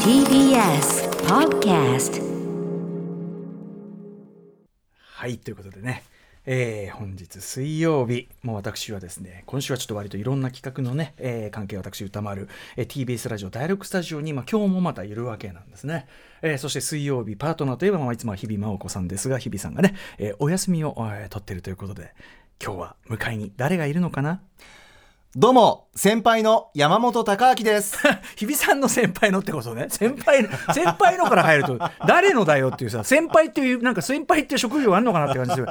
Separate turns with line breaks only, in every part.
TBS Podcast
はい、ということでね、えー本日水曜日、もう私はですね、今週はちょっと割といろんな企画のね、えー関係を私、歌丸、えー TBS ラジオ第6スタジオに、まあ、今日もまたいるわけなんですね。えーそして水曜日、パートナーといえば、まあ、いつもは日々真央子さんですが、日々さんがね、えーお休みを、えー取ってるということで、今日は迎えに誰がいるのかな
どうも、先輩の山本隆明 です。
日々さんの先輩のってことね先輩の先輩のから入ると誰のだよっていうさ先輩っていうなんか先輩っていう職業あんのかなって感じする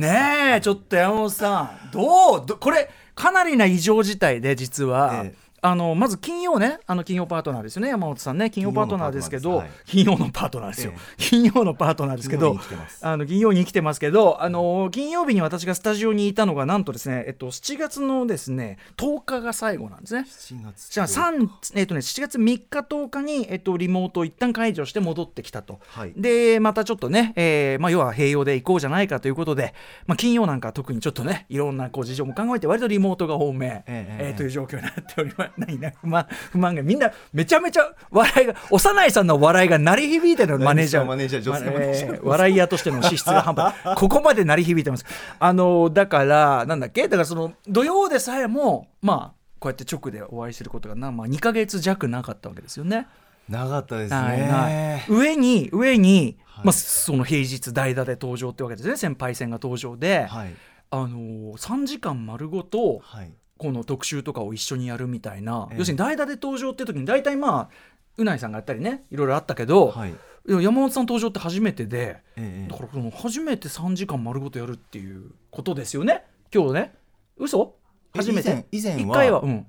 ねえちょっと山本さんどうどこれかなりな異常事態で実は。
ええ
あのまず金曜ね、あの金曜パートナーですよね、山本さんね、金曜パートナーですけど、金曜のパートナーですよ、
ええ
金曜のパートナーですけど
金曜に生きてます、
あの金曜に生きてますけど、あの金曜日に私がスタジオにいたのが、なんとですね、えっと、7月のですね10日が最後なんですね。
7月
じゃあ3、えっとね、7月3日、10日に、えっと、リモートを一旦解除して戻ってきたと、
はい
でまたちょっとね、えーまあ、要は併用で行こうじゃないかということで、まあ、金曜なんかは特にちょっとね、いろんなこう事情も考えて、割とリモートが多め、
ええ
えー
ええ
という状況になっております。 ないな不満不満がみんなめちゃめちゃ笑いが幼いさんの笑いが鳴り響いてるのマネージャー
マネージャー女性マネージャー
えー笑い屋としての資質が半 端ないここまで鳴り響いてますあのだからなんだっけだからその土曜でさえもまあこうやって直でお会いすることがな、まあ、2か月弱なかったわけですよね。
なかったです
はいはい
ね。
上に上に、
はい
まあ、その平日代打で登場ってわけですね先輩戦が登場で、
はい。
あの3時間丸ごと
はい。
この特集とかを一緒にやるみたいな、
ええ
要するに代打で登場って時に大体まあうないさんがやったりねいろいろあったけど、
はい。
でも山本さん登場って初めてで、
ええ
だからこの初めて3時間丸ごとやるっていうことですよね今日ね嘘
え
初めて
以前以前は
1回は、うん、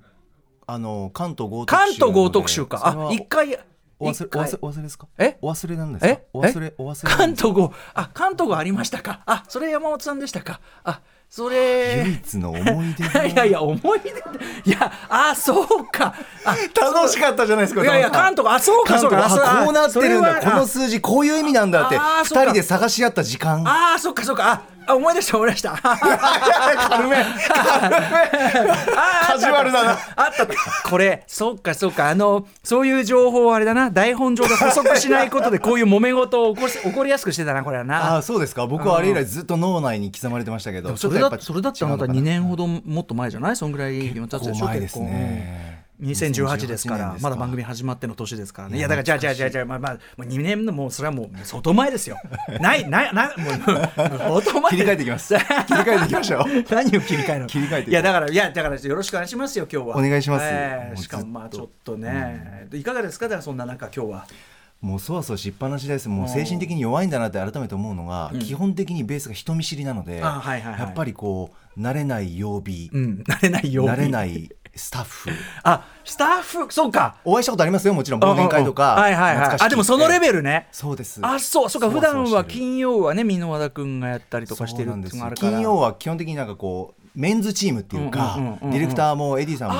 あの、関東豪
関東豪徳集かあ一
一
回
お忘れ、
一
お
回
忘れ、お忘れですか
え
お忘れなんですか
え
お忘れ、お忘れ。
関東豪あ関東豪ありましたかあそれ山本さんでしたかあそれ
唯一の思い出
いやいやいや思い出っていやあそうか あ
楽しかったじゃないです
いやいや関東豪あそうかそ
関
う
東
か
あこうなってるんだ。
そ
こ
れは
の数字、こういう意味なんだって。
あーそうか
二人で探し合った時間。
ああそっかそっかああ思い出した思い出 した
軽め。軽め。
カ
カジュアルだな
あったあったこれそっかそっかあのそういう情報はあれだな台本上が補足しないことでこういう揉め事を起こし起こりやすくしてたなこれは
あ
な
あそうですか僕はあれ以来ずっと脳内に刻まれてましたけど
そ
ちょ
れ
っとや
だ
ぱ
それだってあなた
違うのか
2年ほどもっと前じゃないそんぐらい経つでし
結
ょ
構前ですね
結構うん2018ですから
2018
まだ番組始まっての年ですからねい
い
や
や
だからじゃあじゃあじゃあじゃあまあまあもう2年のもうそれはもう外前ですよないないなもうもう外前
切り替えていきます 切り替えていきましょう
何を切り替えるの
切り替えていこう
いやだからいやだからよろしくお願いしますよ今日は
お願いします
え
も
ー
うずっと
しかもまあちょっとね、でいかがですかだからそんな中今日は
もうそわそわしっぱなしですもう精神的に弱いんだなって改めて思うのが、基本的にベースが人見知りなので、
あはいはいはい
やっぱりこう慣れない曜日、
うん慣れないように
慣れないスタッフ
あスタッフそうか
お会いしたことありますよもちろん忘年会とか
はいはい
懐
は
か
い
しき
あでもそのレベルね
そうです
あそうそうか
そ
普
わそわしてる
段は金曜はね箕輪田君がやったりとかしてる
そうな
っ
んで
てい
す
うのがあ
よ
るから
金曜は基本的になんかこうメンズチームっていうか、
うんうんうんうんうん
ディレクターもエディさんも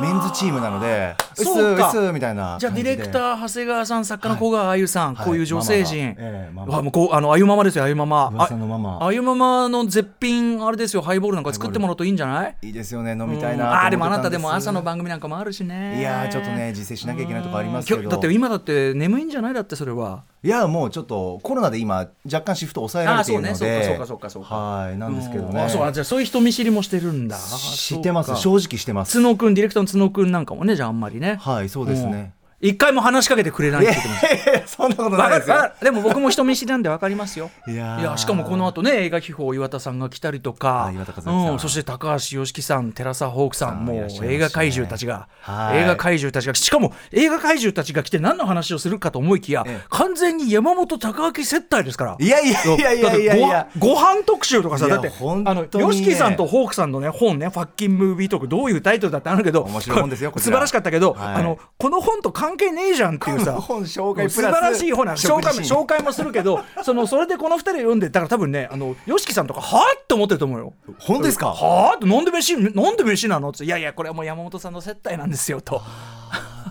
メンズチームなので「うっす
そうか
うっす」みたいな
じゃあディレクター長谷川さん作家の小川あゆさん、
はい
こういう女性陣、
ママがええママ
わもうこうあのあゆママですよあゆママ
噂のママ
ああゆママの絶品あれですよハイボールなんか作ってもらうといいんじゃない
いいですよね飲みたい
うん
な
あーでもあ
と思って
な
た
た
んです
でも朝の番組なんかもあるしね
いやーちょっとね自制しなきゃいけないとこありますけ
今日
ど
だって今だって眠いんじゃないだってそれはい
やもうちょっとコロナで今若干シフト抑えられているので
あーそうねそうかそうかそうかそうか
はいなんですけど
うん
ね
あそうあじゃあそういう人見知りもしてるんだ
知ってま
そう
す
か
正直してます
角君ディレクターの角君なんかもねじゃああんまりね
はいそうですね
うん一回も話しかけてくれないって言ってました
そんなこと
わ
な
か
い
る
ですよ
わかるでも僕も人見知りなんでわかりますよ
いやー
しかもこの後ね映画秘宝岩田さんが来たりと
あ
か
岩田和之さん
うん、そして高橋良樹さん寺澤ホークさん
さん
も
いうらっしゃいましたね
映画怪獣たちが、
はい
映画怪獣たちがしかも映画怪獣たちが来て何の話をするかと思いきや、
ええ
完全に山本高明接待ですから。
いやいやいやいやいやいや
だってごはご飯特集とかさ
い
だ
や
って
本
あ
当
の
にね
YOSHIKI さんとホークさんのね本ね「ファッキンムービートーク」どういうタイトルだってあるけど
面白い本 ですよこち
素
ら
晴らしかったけど、
はい
あのこの本と関係ねえじゃんっていうさ
この本紹介プラス
素晴らしい本なんです紹介も
食事シーン
紹介もするけ どそのそれでこの二人読んでだから多分ねあの YOSHIKI さんとかはあって思ってると思うよ。
本当ですか
はあってなんで飯なんで飯なのっていやいやこれはもう山本さんの接待なんですよと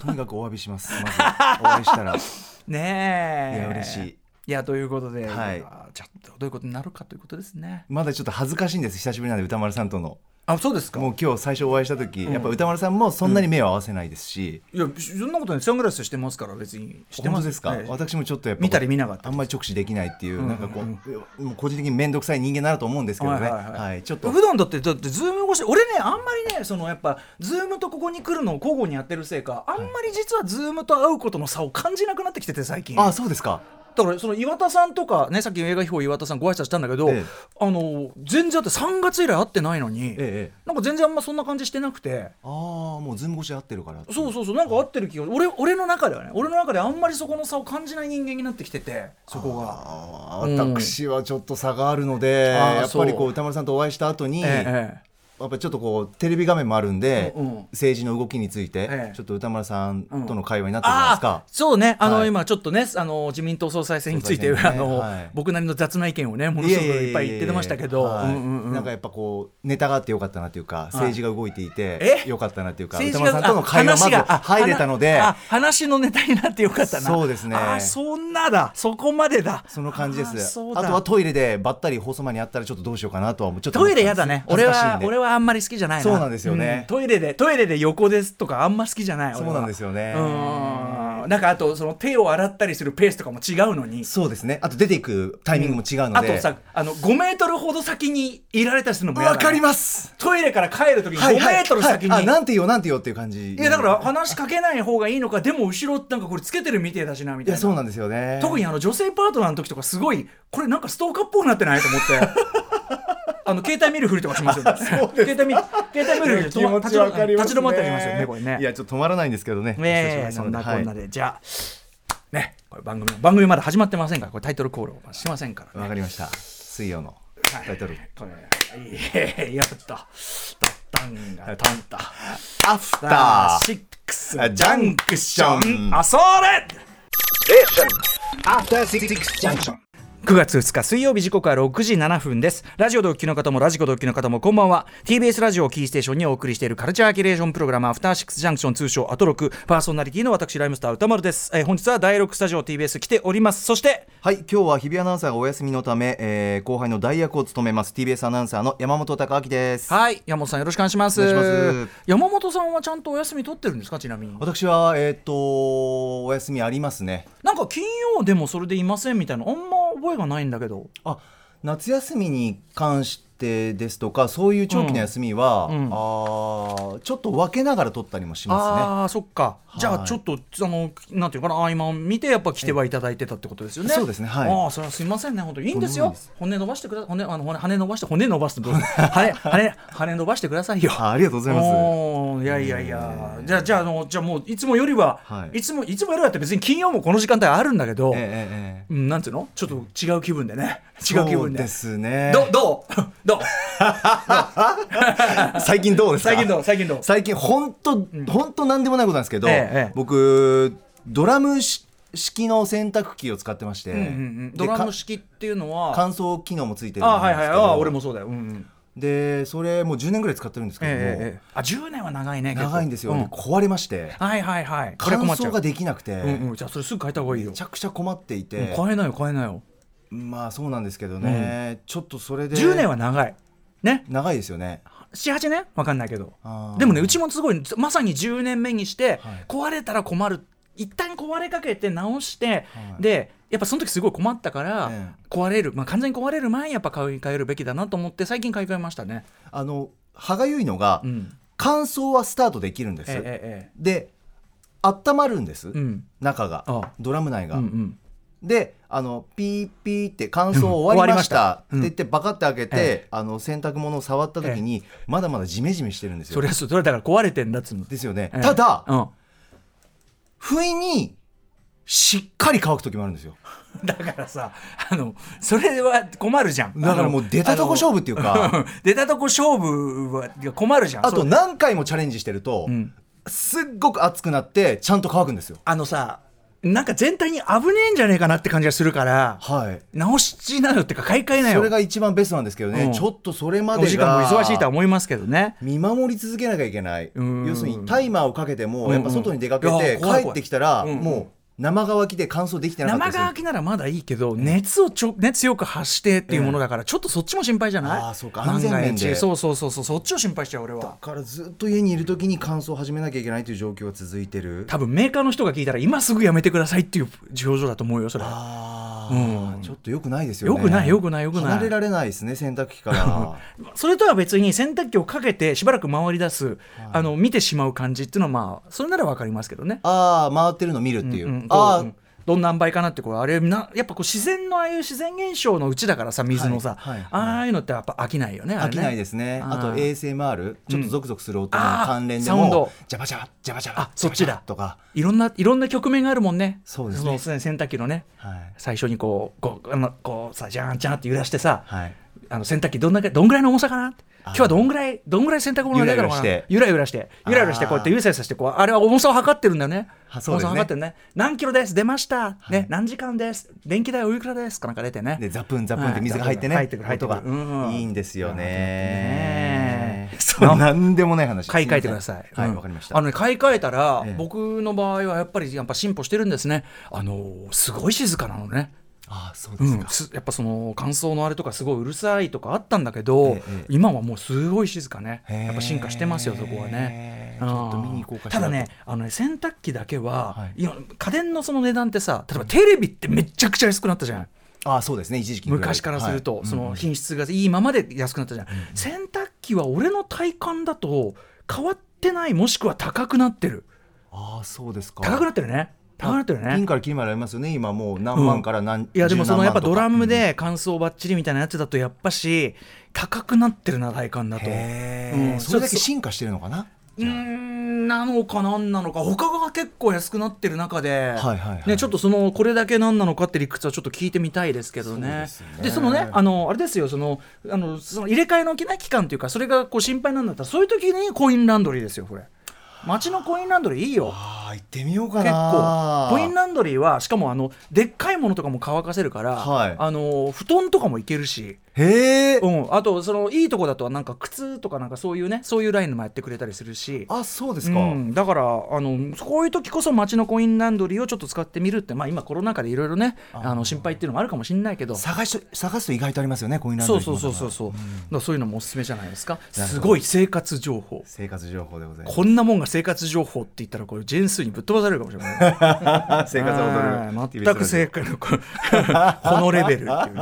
とにかくお詫びします。まずお 会いしたら。
ねえ
いや嬉しい
いやということで、
はい
じゃあどういうことになるかということですね
まだちょっと恥ずかしいんです。久しぶりなんで歌丸さんとの。
あそうですか
もう今日最初お会いした時、やっぱ歌丸さんもそんなに目を合わせないですし、
いやそんなことないサングラスしてますから別にして
本
ま
当
す
ですか、
ええ
私もちょっとやっぱ
見たり見なかった
あんまり直視できないっていう、
ん
なんかこうもう個人的に面倒くさい人間になると思うんですけどね、はい
はいはいはい
ちょっと
普段だってだってズーム越し俺ねあんまりねそのやっぱズームとここに来るのを交互にやってるせいかあんまり実はズームと会うことの差を感じなくなってきてて最近、
あそうですか
だからその岩田さんとかねさっき映画秘宝岩田さんご挨拶したんだけど、
ええ
あの全然だって3月以来会ってないのに、
ええ
なんか全然あんまそんな感じしてなくて。
ああもうズーム越しで会ってるから
そうそうそうなんか合ってる気が俺俺の中ではね俺の中であんまりそこの差を感じない人間になってきててそこが
あー私はちょっと差があるので、
あー
やっぱり
そ
こ
う
う歌丸さんとお会いした後に、
えええ
やっぱりちょっとこうテレビ画面もあるんで、
うんうん
政治の動きについて、
ええ
ちょっと歌丸さんとの会話になってるじゃないで
あ
す
あ
か
ー、そうねあの、
はい
今ちょっとねあの自民党総裁選について、
総裁
あ
選ね
の、
はい
僕なりの雑な意見をねものすごくいっぱい言ってましたけど
はい
うんうんうん
なんかやっぱこうネタがあってよかったなというか政治が動いていて
え
よかったなというか歌
政治
丸さん
家
との会話まず入れたので
あ話のネタになってよかったな
そうですね
あそんなだそこまでだ
その感じで
あー
す
そう
あ
だ
とはトイレでばったり放送前に会ったらちょっとどうしようかなとはもうちょっと
トイレやだね俺は俺は
は
あんまり好きじゃないな
そうなんですよね
うんトイレでトイレで横ですとかあんま好きじゃない俺は
そうなんですよね
うんなんかあとその手を洗ったりするペースとかも違うのに
そうですねあと出ていくタイミングも違うの
あ
で、
とさあの5メートルほど先にいられたりするのも嫌だ
わ
ね
かります
トイレから帰るときに5メートル先に、
はいいあなんて言おうなんて言おうっていう感じ
やだから話しかけない方がいいのかでも後ろなんかこれつけてるみてえだしなみ
い
たい
や
な
そうなんですよね
特にあの女性パートナーの時とかすごいこれなんかストーカーっぽくなってないと思って あの携帯見るふりとかしますよね携帯見携帯見るふり
気
で止ま
持
立
ち
ち
わかりま
立
すね
ち止まったりしますよねこれね
いやちょっと止まらないんですけどね
ねえ
久し
そ
ぶり
ん
の
なこ
で
んな
はい
で、じゃあねこれ番組番組まだ始まってませんからこれタイトルコールをしませんからね
わかりました水曜のタイトル
これいいよっとタタンがタンタ
アフタ
タ
ー
シックスジ
あ
ャンクシ
ジ
ョ
ャン
ンあそれ
After Six Six Junction.
9月2日水曜日時刻は6時7分ですラジオ同期の方もラジコ同期の方もこんばんは TBS ラジオをキーステーションにお送りしているカルチャーキュレーションプログラムアフターシックスジャンクション通称アトロクパーソナリティの私ライムスター歌丸です、えー本日は第6スタジオ TBS 来ておりますそして
はい今日は日比アナウンサーがお休みのため、えー後輩の代役を務めます TBS アナウンサーの山本貴明です
はい山本さんよろしくお願いします
お願いします
山本さんはちゃんとお休み取ってるんですかちなみに
私はえっ、とお休みありますね
なんか金曜でもそれでいませんみたいなあんま覚えがないんだけど
あ夏休みに関してですとかそういう長期の休みは、
んうん
あーちょっと分けながら取ったりもしますね
ああそっか、
い
じゃあちょっとあのなんていうかな合間を見てやっぱ来てはいただいてたってことですよね
そうですねはい
ああそれはすいませんね本当いいんです
とん
よ
でもないです
骨伸ばしてくだ骨あの骨羽伸ばして骨伸ばすとどう ぞ羽羽羽伸ばしてくださいよ
あありがとうございます
おーいやいやいや、じゃあじゃああのじゃあもういつもよりは、
はい
い、つもいつもよりはって別に金曜もこの時間帯あるんだけど、
ええええ
うん、なんていうのちょっと違う気分でね違う気分
そう
で
ですね
どどう どう
最近どうですか
最近どう最近どう
最近本当本当なんでもないことなんですけど、
ええええ
僕ドラムし式の洗濯機を使ってまして、
うんうんうん
で
ドラム
か
式っていうのは
乾燥機能もついてるんですけど
あはいはいああ俺もそうだよ、うんうん
でそれもう10年ぐらい使ってるんですけども、
ええええあ10年は長いね結構
長いんですよ、
う
で壊れまして
はいはいはいこれ
乾
困っちゃ
燥
う
ができなくて、
うんうん、じゃあそれすぐ変えた方がいいよ
めちゃくちゃ困っていて、
変えなよ変えなよ
まあそうなんですけどね、ちょっとそれで
10年は長いね
長いですよね
78年わかんないけど
あー
でもねうちもすごいまさに10年目にして、
はい
壊れたら困る一旦壊れかけて直して、でやっぱその時すごい困ったから、
え
壊れる、まあ、完全に壊れる前にやっぱ買い替えるべきだなと思って最近買い替えましたね。
あの歯がゆいのが、
うん、
乾燥はスタートできるんです、
えええ
で温まるんです、
えうん
中が
ああ
ドラム
う
内が、
んうん
であのピーピーって乾燥終わりました
うん終わりましたうん
って言ってバカって開けて、
え
あの洗濯物を触った時に、まだまだジメジメしてるんです
そ
よ
れはそうそれはだから壊れてんだっつうの。
ですよね、
ええ
ただ、
うん、
不意にしっかり乾く時もあるんですよ
だからさあのそれは困るじゃん
だからもう出たとこ勝負っていうか
あの出たとこ勝負は困るじゃん
あ
そ
と
う
何回もチャレンジしてると、
ん
すっごく熱くなってちゃんと乾くんですよ
あのさなんか全体に危ねえんじゃねえかなって感じがするから
はい
直しなよってか買い替えなよ
それが一番ベストなんですけどね、
うん
ちょっとそれまで
お
が
時間も忙しいとは思いますけどね
見守り続けなきゃいけない
ん
要するにタイマーをかけても、
うん
やっぱ外に出かけ
い
て
や怖い怖い
帰ってきたら、
うん
もう生乾きで乾燥できてなかった
生
りする
乾きならまだいいけど、熱をちょ熱よく発してっていうものだから、ちょっとそっちも心配じゃない
あーそうか
万が
安全面で
一そうそうそうそうそっちを心配しちゃう俺は
だからずっと家にいる時に乾燥を始めなきゃいけないという状況が続いてる
多分メーカーの人が聞いたら今すぐやめてくださいっていう表情だと思うよそれ
あー
うん
ちょっと良くないですよね
良くない良くない良くない
離れられないですね洗濯機から
それとは別に洗濯機をかけてしばらく回り出す、あの見てしまう感じっていうのはまあそれならわかりますけどね
ああ回ってるの見るっていう、
うん
ああ、
どううんどんな塩梅かなってこうあれなやっぱこう自然のああいう自然現象のうちだからさ水のさ、
はいはいはい
ああいうのってやっぱ飽きないよねあ
飽
れ
き
ね
ないですね
あ
あ
ー
と ASMR ちょっとゾクゾクする音の
あー
関連で
サウンド
もジャバジャバジャバジャバ
あそっちだ
ジャバジャバとか
いろんないろんな局面があるもんね
そうですね
の洗濯機のね
はい
最初にこうこうあのこうさジャーンジャーンって揺らしてさ、
はい
あの洗濯機どんだけどんぐらいの重さかなって
あー
今日はどんぐらいどんぐらい洗濯物が出たのかなゆ
ゆ
らゆらしてゆらゆらして
あー
こうやってゆらゆらしてこうあれは重さを測ってるんだよね
あそう
重
ですね
さを測ってるね何キロです出ました、
は
ね
い
何時間です電気代おいくらですかなんか出てね
でザプンザプンって水が入ってね、
はいザプン入って
音
くる
が
入ってくるうん
いいんです
ね
よね。
そう
なんでもない話。
買い替えてください。
はい、
うん
わかりました。
あのね、買い替えたら、
ええ
僕の場合はやっぱりやっぱ進歩してるんですね。あのすごい静かなのね。
あ、そう
う
です
ん
か。、
すやっぱその乾燥のあれとかすごいうるさいとかあったんだけど、
ええ
今はもうすごい静かね
へー
やっぱ進化してますよそこはね
ちょっと見に行こうかし
た
ら
だねあのね洗濯機だけは、
はい
いや家電のその値段ってさ例えばテレビってめちゃくちゃ安くなったじゃん
あ、そうですね。一時期に比べて
昔からすると、
はい
そ
うん
の
うん
品質がいいままで安くなったじゃん、洗濯機は俺の体感だと変わってないもしくは高くなってる
あ、そうですか。
高くなってるね高くなってるね
ピンからキリまでありますよね。今もう何万から何。
いやでもそのやっぱ
10
ド
何
ラ
万とか
ムで乾燥バッチリみたいなやつだとやっぱし高くなってるな体感だと。
へ
う
ー
ん
それだけ進化してるのかな。
うーんなのかなんなのか他が結構安くなってる中で、
はいはいはい
ね、ちょっとそのこれだけなんなのかって理屈はちょっと聞いてみたいですけどね。
そうです
そ
よね
のねあのあれですよそのあのその入れ替えのね期間というかそれがこう心配なんだったらそういう時にコインランドリーですよこれ。街のコインランドリーいいよ。
ああ、行ってみようか
結
な。
構コインランドリーはしかもあのでっかいものとかも乾かせるから、
はい
あの布団とかもいけるし、
へえ
う。ん、あとそのいいとこだとなんか靴とかなんかそういうねそういうラインもやってくれたりするし。
あ、そうですか。
うん、だからあのこういう時こそ街のコインランドリーをちょっと使ってみるって、まあ、今コロナ禍でいろいろねあの心配っていうのもあるかもしれないけど
探しと探すと意外とありますよね。コインランド
そう
リー
そうそう
まだ
そ
まだ
うそう、だからそういうのもおすすめじゃないですか
なるほ
す
ど
ごい生活情報
生活情報でございます。
こんなもんが生活情報って言ったらこれジェーンスーにぶっ飛ばされるかもしれない
生
はい全く正解のここの レベルっていう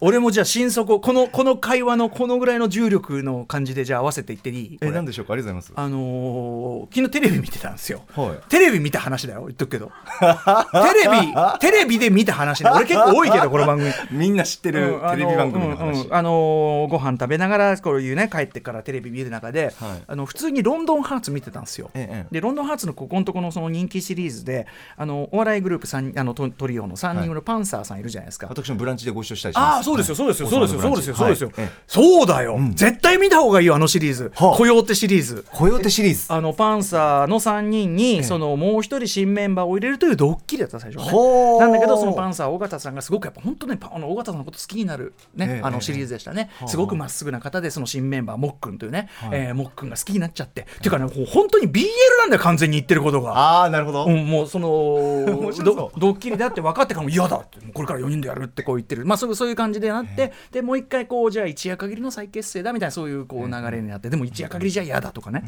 俺もじゃあ心底このこの会話のこのぐらいの重力の感じでじゃあ合わせていっていいこ
え、
れ
なんでしょうか。ありがとうございま
あのー昨日テレビ見てたんですよ、
はい
テレビ見た話だよ言っとくけどテレビテレビで見た話だ俺結構多いけどこの番組
す。みんな知ってるテレビ番組
う
の
んあのうん
話
うん。あのーご飯食べながらこういうね帰ってからテレビ見る中で、
はい
あの普通にロンドンハーツ見てたんですよ。
ええ
でロンドンハーツのここのとこのその人気シリーズであのお笑いグループ三人あのトトリオの3人のパンサーさんいるじゃないですか。
私もブランチでご一緒したりします。
ああそうですよ
はい
そうですよそうですよそうですよそうですよ
はいええ
そうだよ絶対見た方がいいよあのシリーズ
はあ
コヨーテシリーズ
コヨーテシリーズ。
あのパンサーの3人にそのもう一人新メンバーを入れるというドッキリだった最初はね
ほう
なんだけどそのパンサー尾形さんがすごくやっぱ本当ねパあの尾形さんのこと好きになるね
ええ
あの
ええ
シリーズでしたね
あ
すごくまっすぐな方でその新メンバーもっくんというね
はい
えーもっくんが好きになっちゃってっていうかねこう本当に BL なんだよ完全に言ってることが。
ああなるほど。
うん、もうその
白そう
どドッキリだって分かってからも嫌だってもうこれから4人でやるってこう言ってる、まあ、そうそういう感じでなって、でもう一回こうじゃあ一夜限りの再結成だみたいなそういうこう流れになってでも一夜限りじゃ嫌だとかね、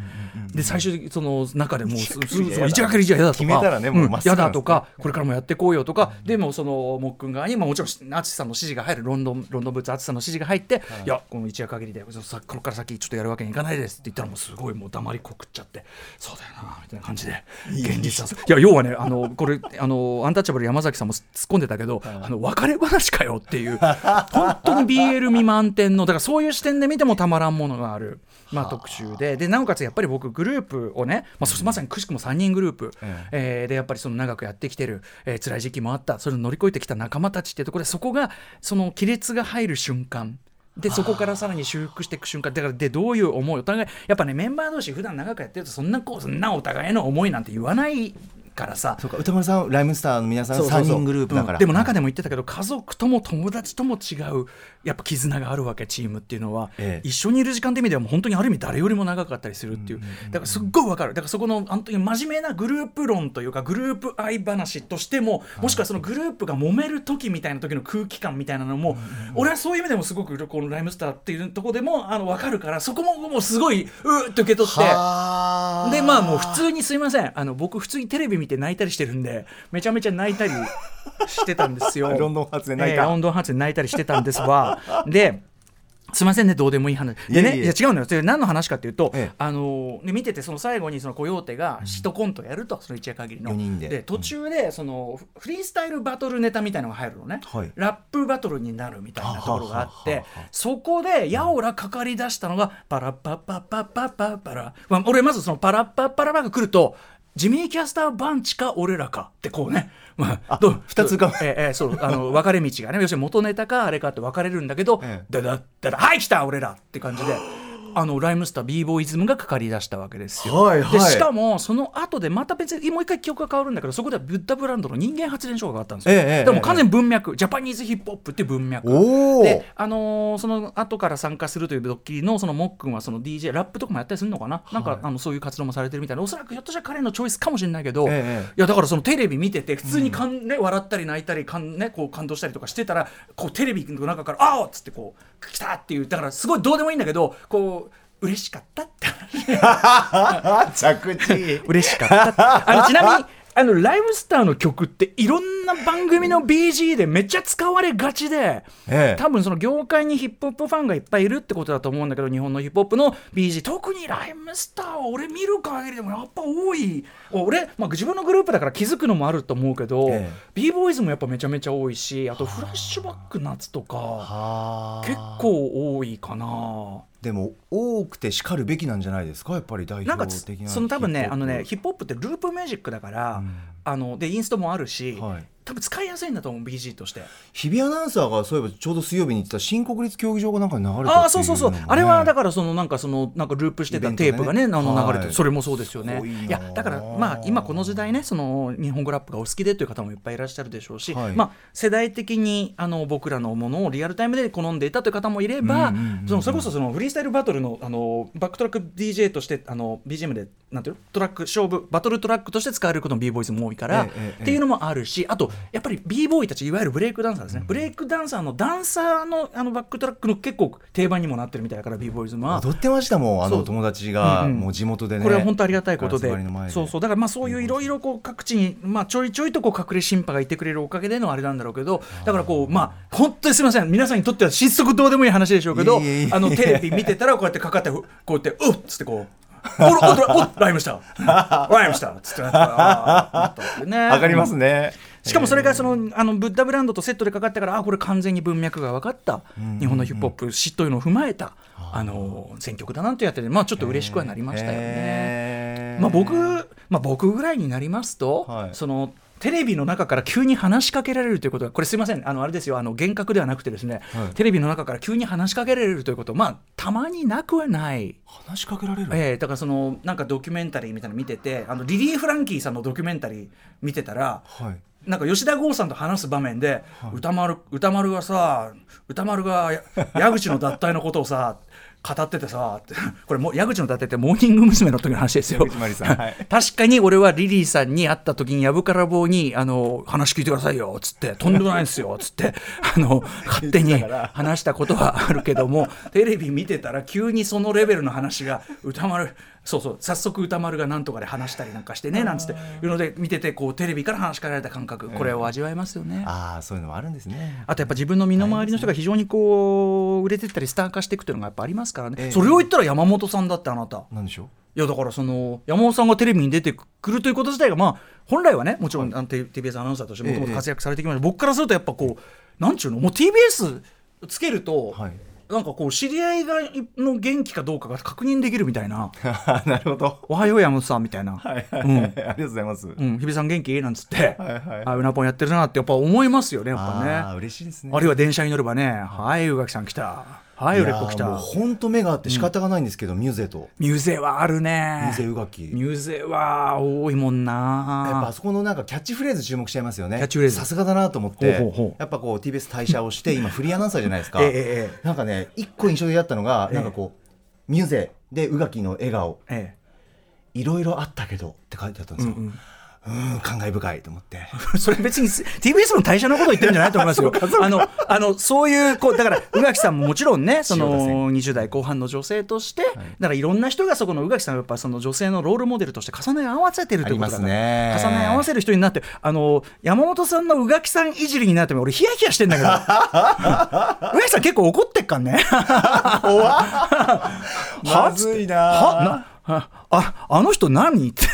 で最終その中でもうすす
一夜限りじゃ嫌だ
そう一夜限りじゃ嫌だとか
決めたらねもう
うん
真っ直
嫌
ぐな
だ
んです
と
ね
かこれからもやってこうよとか、でもそのもっくん側に、まあ、もちろん淳さんの指示が入るロンドンロンドンブーツ淳さんの指示が入って、い、やこの一夜限りでそさこれから先ちょっとやるわけにいかないですって言ったらもうすごいもう黙りこくっちゃってそうだよなみたいな感じで現実だぞいや要はねあのこれあのアンタッチャブル山崎さんも突っ込んでたけど、あの別れ話かよっていう本当に BL 未満点のだからそういう視点で見てもたまらんものがある、まあ、特集ででなおかつやっぱり僕グループをね、まあ、そまさにくしくも3人グループ、
え
えーでやっぱりその長くやってきてる、えー辛い時期もあったそれを乗り越えてきた仲間たちってところでそこがその亀裂が入る瞬間でそこからさらに修復していく瞬間だからでどういう思いお互いやっぱねメンバー同士普段長くやってるとそんなこうそんなお互いの思いなんて言わないからさ
そうか歌丸さんライムスターの皆さん
そうそう
3
そう
人グループだか
う
ら、
んでも中でも言ってたけど家族とも友達とも違うやっぱ絆があるわけチームっていうのは、
ええ
一緒にいる時間って意味ではもう本当にある意味誰よりも長かったりするっていう,、だからすっごいわかるだからそこのあの時真面目なグループ論というかグループ愛話としてももしくはそのグループが揉める時みたいな時の空気感みたいなのも、俺はそういう意味でもすごくこの「ライムスター」っていうとこでもあの分かるからそこももうすごいうーっと受け取って。
は
でまあもう普通にすいませんあの僕普通にテレビ見て泣いたりしてるんでめちゃめちゃ泣いたりしてたんです よ
ロンドン発で泣いた
えーロンドン発で泣いたりしてたんですわですいませんねどうでもいい話でね
いえいえ
や違うのよそれ何の話かっていうと、
ええ
あのね見ててその最後にそのコヨーテがシトコントやると、その一夜限りの
四人で
途中でそのフフリースタイルバトルネタみたいのが入るのね、
はい
ラップバトルになるみたいなところがあっ
は
て
ははは
そこでやおらかかり出したのがパラッパッパッパッパッパッパラ、まあ、俺まずそのパラッパッパラパが来るとジミーキャスターバンチか俺らかってこうね、まあ、どう
二つ浮かぶ
ええええそうあ の分かれ道がね要するに元ネタかあれかって分かれるんだけど
ええ
「ダダッダダはい来た俺ら!」って感じで。あのライムスター b ボーイズムがかかり出したわけですよ。
はいはい
でしかもその後でまた別にもう一回記憶が変わるんだけどそこではブッダブランドの人間発電所があったんですよ。
ええええ
でも完全に文脈ジャパニーズヒップホップっていう文脈。
おお
で、あのーその後から参加するというドッキリのそのもっくんはその DJ ラップとかもやったりするのかな、なんかあのそういう活動もされてるみたいなおそらくひょっとしたら彼のチョイスかもしれないけど、
ええ
いやだからそのテレビ見てて普通にかん、ね、笑ったり泣いたりかん、ね、こう感動したりとかしてたらこうテレビの中から「あおっ!」つってこう「来た!」っていうだからすごいどうでもいいんだけどこう嬉しかった って
あ着地
嬉しかった。あのちなみにあのライムスターの曲っていろんな番組の BG でめっちゃ使われがちで、
ええ
多分その業界にヒップホップファンがいっぱいいるってことだと思うんだけど日本のヒップホップの BG 特にライムスターは俺見る限りでもやっぱ多い俺、まあ、自分のグループだから気づくのもあると思うけど、
ええ
b ボーイズもやっぱめちゃめちゃ多いしあとフラッシュバック夏とか
は
結構多いかな。
でも多くてしかるべきなんじゃないですかやっぱり代
なんか
表
つ
的な
その多分ねあのねヒ
ヒッ
ップホップってループミュージックだから、
ん
あのでインストもあるし、
プホップはい
多分使いやすいんだと思う BG として。
日比アナウンサーがそういえばちょうど水曜日に行ってた新国立競技場がなんかに流れたってい
ああーそうそうそう、
のがね
あれはだからそのなんかそのなんかループしてた
イベント
テ
でね
ープがねあの流れ
は
て
い
それもそうですよね
すごいない
やだからまあ今この時代ねその日本語ラップがお好きでという方もいっぱいいらっしゃるでしょうし、
はい
まあ世代的にあの僕らのものをリアルタイムで好んでいたという方もいれば、
うんうんうんうん
そのそれこそそのフリースタイルバトルのあのバックトラック DJ としてあの BGM でなんていうのトラック勝負バトルトラックとして使われることの b ボーイズも多いから、
ええええ
っていうのもあるしあとやっぱり b ボーイたちいわゆるブレイクダンサーですね、ブレイクダンサーのダンサーのあのバックトラックの結構定番にもなってるみたいだから b ボーイズムは。
踊ってましたもんあ
そ
の
う
友達が
うんうん
もう地元でね
これは本当ありがたいことで
ガラス張りの前で
そうそうだからまあそういういろいろこう各地に、まあ、ちょいちょいとこう隠れ審判がいてくれるおかげでのあれなんだろうけどだからこうまあ本当にすみません皆さんにとっては失速どうでもいい話でしょうけど
いえいえいえ
あのテレビ見てたらこうやってかかってふこうやって「うっ!」つって こう。おおおおライムしたライムしたつってなってあーなんかね
上がりますね
しかもそれがそのあのブッダブランドとセットでかかったからあこれ完全に文脈が分かった日本のヒップホップ詩というのを踏まえたあの選曲だなんてやっててまあちょっと嬉しくはなりましたよね。
へー
まあ、僕まあ僕ぐらいになりますと、
はい
そのテレビの中から急に話しかけられるということがこれすいませんあのあれですよあの幻覚ではなくてですね、
はい
テレビの中から急に話しかけられるということまあたまになくはない
話しかけられる
ええだからそのなんかドキュメンタリーみたいなの見ててあのリリー・フランキーさんのドキュメンタリー見てたら、
はい
なんか吉田剛さんと話す場面で、歌丸歌丸がさ歌丸がや矢口の脱退のことをさ語っててさってこれもう矢口の脱退ってモーニング娘。の時の話ですよ
矢口真理さんはい
確かに俺はリリーさんに会った時にやぶから棒にあの話聞いてくださいよつってとんでもないんですよつ ってあの勝手に
言ってたから
話したことはあるけどもテレビ見てたら急にそのレベルの話が歌丸そうそう早速歌丸がなんとかで話したりなんかしてねなんつっていうので見ててこうテレビから話しかけられた感覚これを味わえますよね。
ああそういうのもあるんですね
あとやっぱ自分の身の回りの人が非常にこう売れてったりスター化していくというのがやっぱありますからね、
ええ
それを言ったら山本さんだってあなた
なんでしょう
いやだからその山本さんがテレビに出てくるということ自体がまあ本来はねもちろんあの TBS アナウンサーとしてもともと活躍されてきました、僕からするとやっぱこうなんちゅうのもう TBS つけると、
はい
なんかこう知り合いがの元気かどうかが確認できるみたいな
なるほど
「おはよう山本さん」みたいな「
はいはい、
うん
ありがとうございます、
うん、日比さん元気?」なんつって「
はいはい
あうなぽんやってるな」ってやっぱ思いますよねやっぱね
ああ嬉しいですね
あるいは電車に乗ればね「はい宇垣さん来た」はい、
い
売れ
や
っ子来た
もう本当目があって仕方がないんですけど、ミューゼと
ミューゼはあるね
ミューゼウガキ
ミューゼは多いもんな
やっぱあそこのなんかキャッチフレーズ注目しちゃいますよね
キャッチフレーズ
さすがだなと思っ
ほ
て
うほうほう
やっぱこう TBS 退社をして今フリーアナウンサーじゃないです か
ええええ
なんかね一個印象的だったのが、なんかこうミューゼで宇垣の笑顔
え
いろいろあったけどって書いてあったんですよ、う
うんん
感慨深いと思って
え、それ別に TBS の退社のこと言ってるんじゃないと思い ますよ。あのあのそういうこうだから宇垣さんももちろん ねそ
塩田
の
専
20代後半の女性として、だからいろんな人がそこの宇垣さんはやっぱその女性のロールモデルとして重ね合わせてるってことだから
ありますね
重ね合わせる人になってあの山本さんの宇垣さんいじりになっても俺ヒヤヒヤしてんだけ ど宇垣さん結構怒ってっかんね。
まずいな
は なああの人何って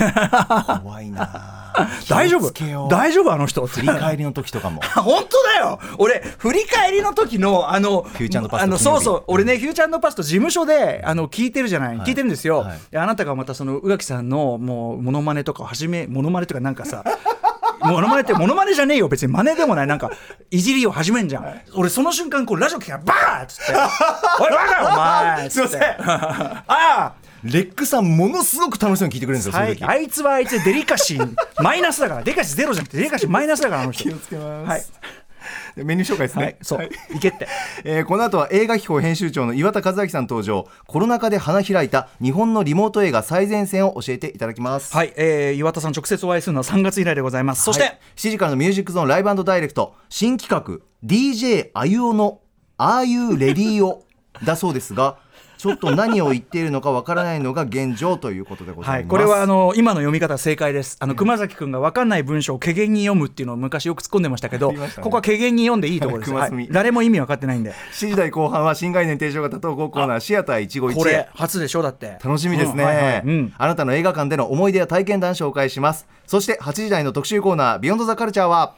怖いな
大丈
気を
夫
つけよう
大丈夫あの人って
振り返りの時 とかも
本当だよ俺振り返りの時のあの
ューチャンドパスト
あの
金曜
そう
日
そう俺ねフューチャーのパスト事務所であの聞いてるじゃない、
はい
聞いてるんですよ、
はい
であなたがまたその宇垣さんのもうモノマネとかをはじめモノマネとかなんかさモノマネってモノマネじゃねえよ別に真似でもないなんかいじりを始めんじゃん、俺その瞬間こうラジオ聞きながらバーッつって「おいバカお前」
すいません
ああ
レックさんものすごく楽しそうに聞いてくれるんですよ、
はい、
その時
あいつはあいつでデリカシーマイナスだからデリカシーゼロじゃなくてデリカシーマイナスだからあの人
気をつけます
はい、
でメニュー紹介ですね、
はい、そう、
はい
い、けって
えーこの後は映画秘宝編集長の岩田和明さん登場コロナ禍で花開いた日本のリモート映画最前線を教えていただきます、
はい、えー、岩田さん直接お会いするのは3月以来でございますそして、
はい7時からのミュージックゾーンライブダイレクト新企画 DJ あゆおの「ああいうレディーを」だそうですがちょっと何を言っているのかわからないのが現状ということでござ
はいい、
ます、
これはあの今の読み方正解です。あの熊崎君が分かんない文章を怪げに読むっていうのを昔よく突っ込んでましたけど、
りましたね
ここは怪げに読んでいいところです。
はい熊
は
住
い、誰も意味分かってないんで、
7時台後半は新概念提唱型投稿コーナーシアター 一期一会
これ初でしょだって。
楽しみですね、
うんはいはいうん
あなたの映画館での思い出や体験談紹介しますそして8時台の特集コーナー「ビヨンドザカルチャーは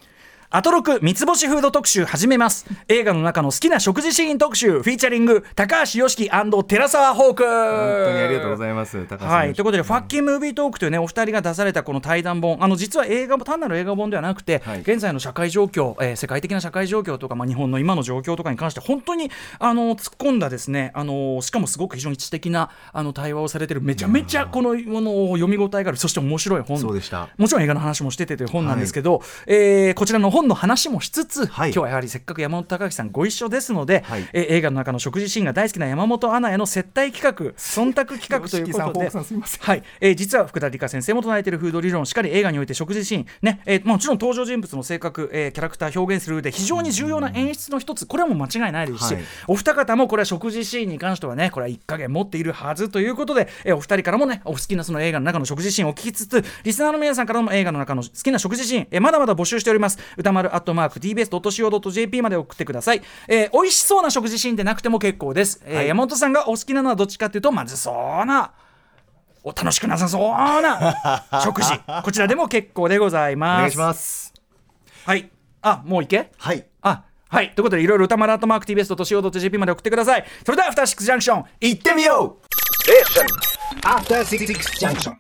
アトロク三つ星フード特集始めます。映画の中の好きな食事シーン特集、フィーチャリング高橋良樹寺澤ホーク。
本当にありがとうございます高橋さん
はい、ということで、ファッキームービートークというね、お二人が出されたこの対談本、あの実は映画も単なる映画本ではなくて、
はい
現在の社会状況、えー世界的な社会状況とか、まあ、日本の今の状況とかに関して、本当にあの突っ込んだですね、あのしかもすごく非常に知的なあの対話をされてる、めちゃめちゃこのもの読み応えがある、そして面白い本
そうでした
もちろん映画の話もしててという本なんですけど、えーこちらの本の話もしつつ、
はい
今日はやはりせっかく山本隆之さんご一緒ですので、
はい
えー映画の中の食事シーンが大好きな山本アナへの接待企画、忖度企画というこ
吉木さん
と
ホー
で
クさんすいません。
はい、えー実は福田理香先生も唱えているフード理論しかり映画において食事シーン、ねえーもちろん登場人物の性格、えーキャラクター表現する上で非常に重要な演出の一つこれはもう間違いないですし、
はい
お二方もこれは食事シーンに関してはねこれは一加減持っているはずということで、えーお二人からもねお好きなその映画の中の食事シーンを聞きつつリスナーの皆さんからも映画の中の好きな食事シーン、えーまだまだ募集しております歌丸アットマーク TBS.CO.JP まで送ってください、えー美味しそうな食事シーンでなくても結構です、えー山本さんがお好きなのはどっちかというとまずそうなお楽しくなさそう な食事こちらでも結構でございます
お願いします
はいあもういけ
はい
あはいということでいろいろ歌丸アートマーク TBS と .CO.JP まで送ってくださいそれではアフターシックスジャンクション
行ってみよう
アフターシックスジャンクション。